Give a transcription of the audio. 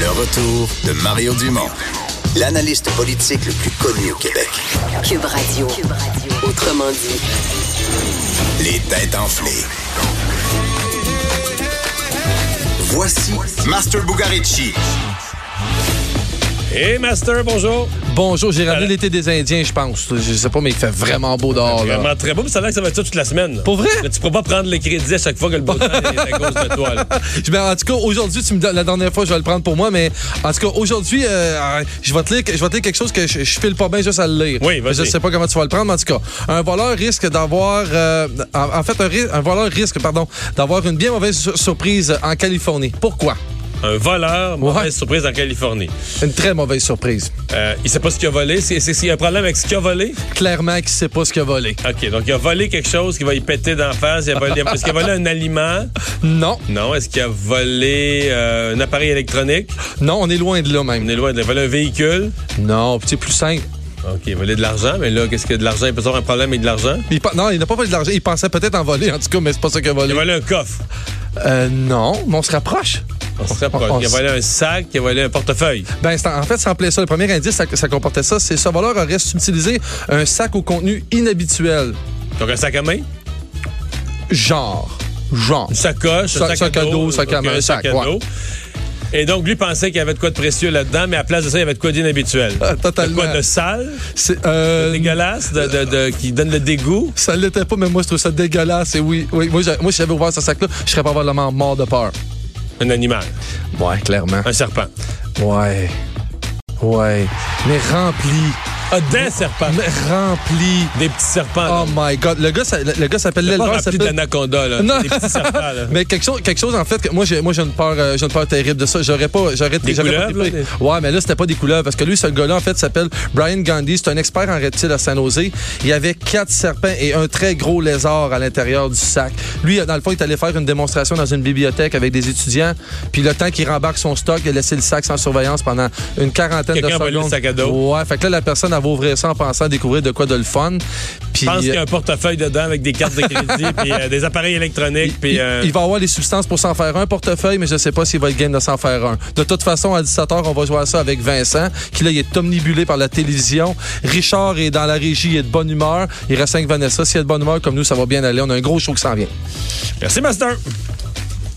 Le retour de Mario Dumont, l'analyste politique le plus connu au Québec. Cube Radio. Cube Radio. Autrement dit. Les têtes enflées. Voici Master Bugarici. Hey Master, bonjour. Bonjour, j'ai ramené l'été des Indiens, je pense. Je sais pas, mais il fait vraiment beau dehors. là. Vraiment très beau, mais ça a l'air que ça va être ça toute la semaine. Pour vrai? Mais tu pourras pas prendre les crédits à chaque fois que le beau temps est à cause de toi. là. Je- ben, en tout cas, aujourd'hui, tu me donnes- la dernière fois, je vais le prendre pour moi, mais en tout cas, aujourd'hui, euh, je, vais te lire, je vais te lire quelque chose que je, je file pas bien juste à le lire. Oui, vas-y. Je sais pas comment tu vas le prendre, mais en tout cas, un voleur risque d'avoir. euh, en, en fait, un, ri- un voleur risque, pardon, d'avoir une bien mauvaise sur- surprise en Californie. Pourquoi? Un voleur, mauvaise Ouais. surprise en Californie. Une très mauvaise surprise. Euh, il sait pas ce qu'il a volé. C'est c'est- s'il y a un problème avec ce qu'il a volé. Clairement, qu'il sait pas ce qu'il a volé. OK, donc il a volé quelque chose qui va y péter d'en face. Il a volé- Est-ce qu'il a volé un aliment? Non, Non. Est-ce qu'il a volé euh, un appareil électronique? non, on est loin de là On même. est loin de il a volé un véhicule. Non, puis c'est plus simple. OK, il a volé de l'argent, mais là, qu'est-ce que de l'argent? Il peut avoir un problème avec de l'argent? Il pen- non, il n'a pas volé de l'argent. Il pensait peut-être en voler, en tout cas, mais c'est pas ça qu'il a Il volé. a volé un coffre. Euh, non, mais on se rapproche. On se rapproche. on Il a s- volé un sac, il a volé un portefeuille. Ben, c'est en en fait, ça en plaît ça. Le premier indice, ça, ça comportait ça. C'est ce voleur aurait utilisé un sac au contenu inhabituel. Donc un sac à main? Genre. Genre. Une sacoche, Sac- un sac à dos, sac à donc main, un sac sac, à ouais. dos. Et donc, lui pensait qu'il y avait de quoi de précieux là-dedans, mais à place de ça, il y avait de quoi d'inhabituel. Ah, De totalement. quoi de sale, C'est, euh, dégueulasse, de, de- de- qui donne le dégoût. ça l'était pas, mais moi, je trouve ça dégueulasse. Et oui, oui. Moi, j'a- moi, si j'avais ouvert ce sac-là, je serais probablement mort de peur. Un animal, Ouais, clairement. un serpent. Ouais. Ouais. Mais rempli. Ah, des serpents. Mais rempli. Des petits serpents. Oh my God. Le gars, ça- le, le gars s'appelle là. l'éleveur. Pas rempli s'appelle- d'anaconda, là. Non. Des petits serpents, là. Mais quelque chose, quelque chose en fait que moi j'ai moi j'ai une peur euh, j'ai une peur terrible de ça. J'aurais pas j'aurais Des j'aurais pas couleuvres, trippé. là, Ouais, mais là c'était pas des couleurs parce que lui ce gars-là en fait s'appelle Brian Gandhi, c'est un expert en reptiles à San Jose. Il y avait quatre serpents et un très gros lézard à l'intérieur du sac. Lui dans le fond, il est allé faire une démonstration dans une bibliothèque avec des étudiants, puis le temps qu'il rembarque son stock, il a laissé le sac sans surveillance pendant une quarantaine de Quelqu'un a secondes. volé le sac à dos. Ouais, fait que là la personne elle va ouvrir ça en pensant découvrir de quoi de le fun. Puis Je pense qu'il y a un portefeuille dedans avec des cartes de crédit, puis euh, des appareils électroniques, puis... il, euh, il va avoir les substances pour s'en faire un portefeuille, mais je sais pas s'il va être game de s'en faire un. De toute façon, à 17h, on va jouer à ça avec Vincent, qui là, il est omnibulé par la télévision. Richard est dans la régie, il est de bonne humeur. Il reste 5 Vanessa. S'il est de bonne humeur, comme nous, ça va bien aller. On a un gros show qui s'en vient. Merci, Master.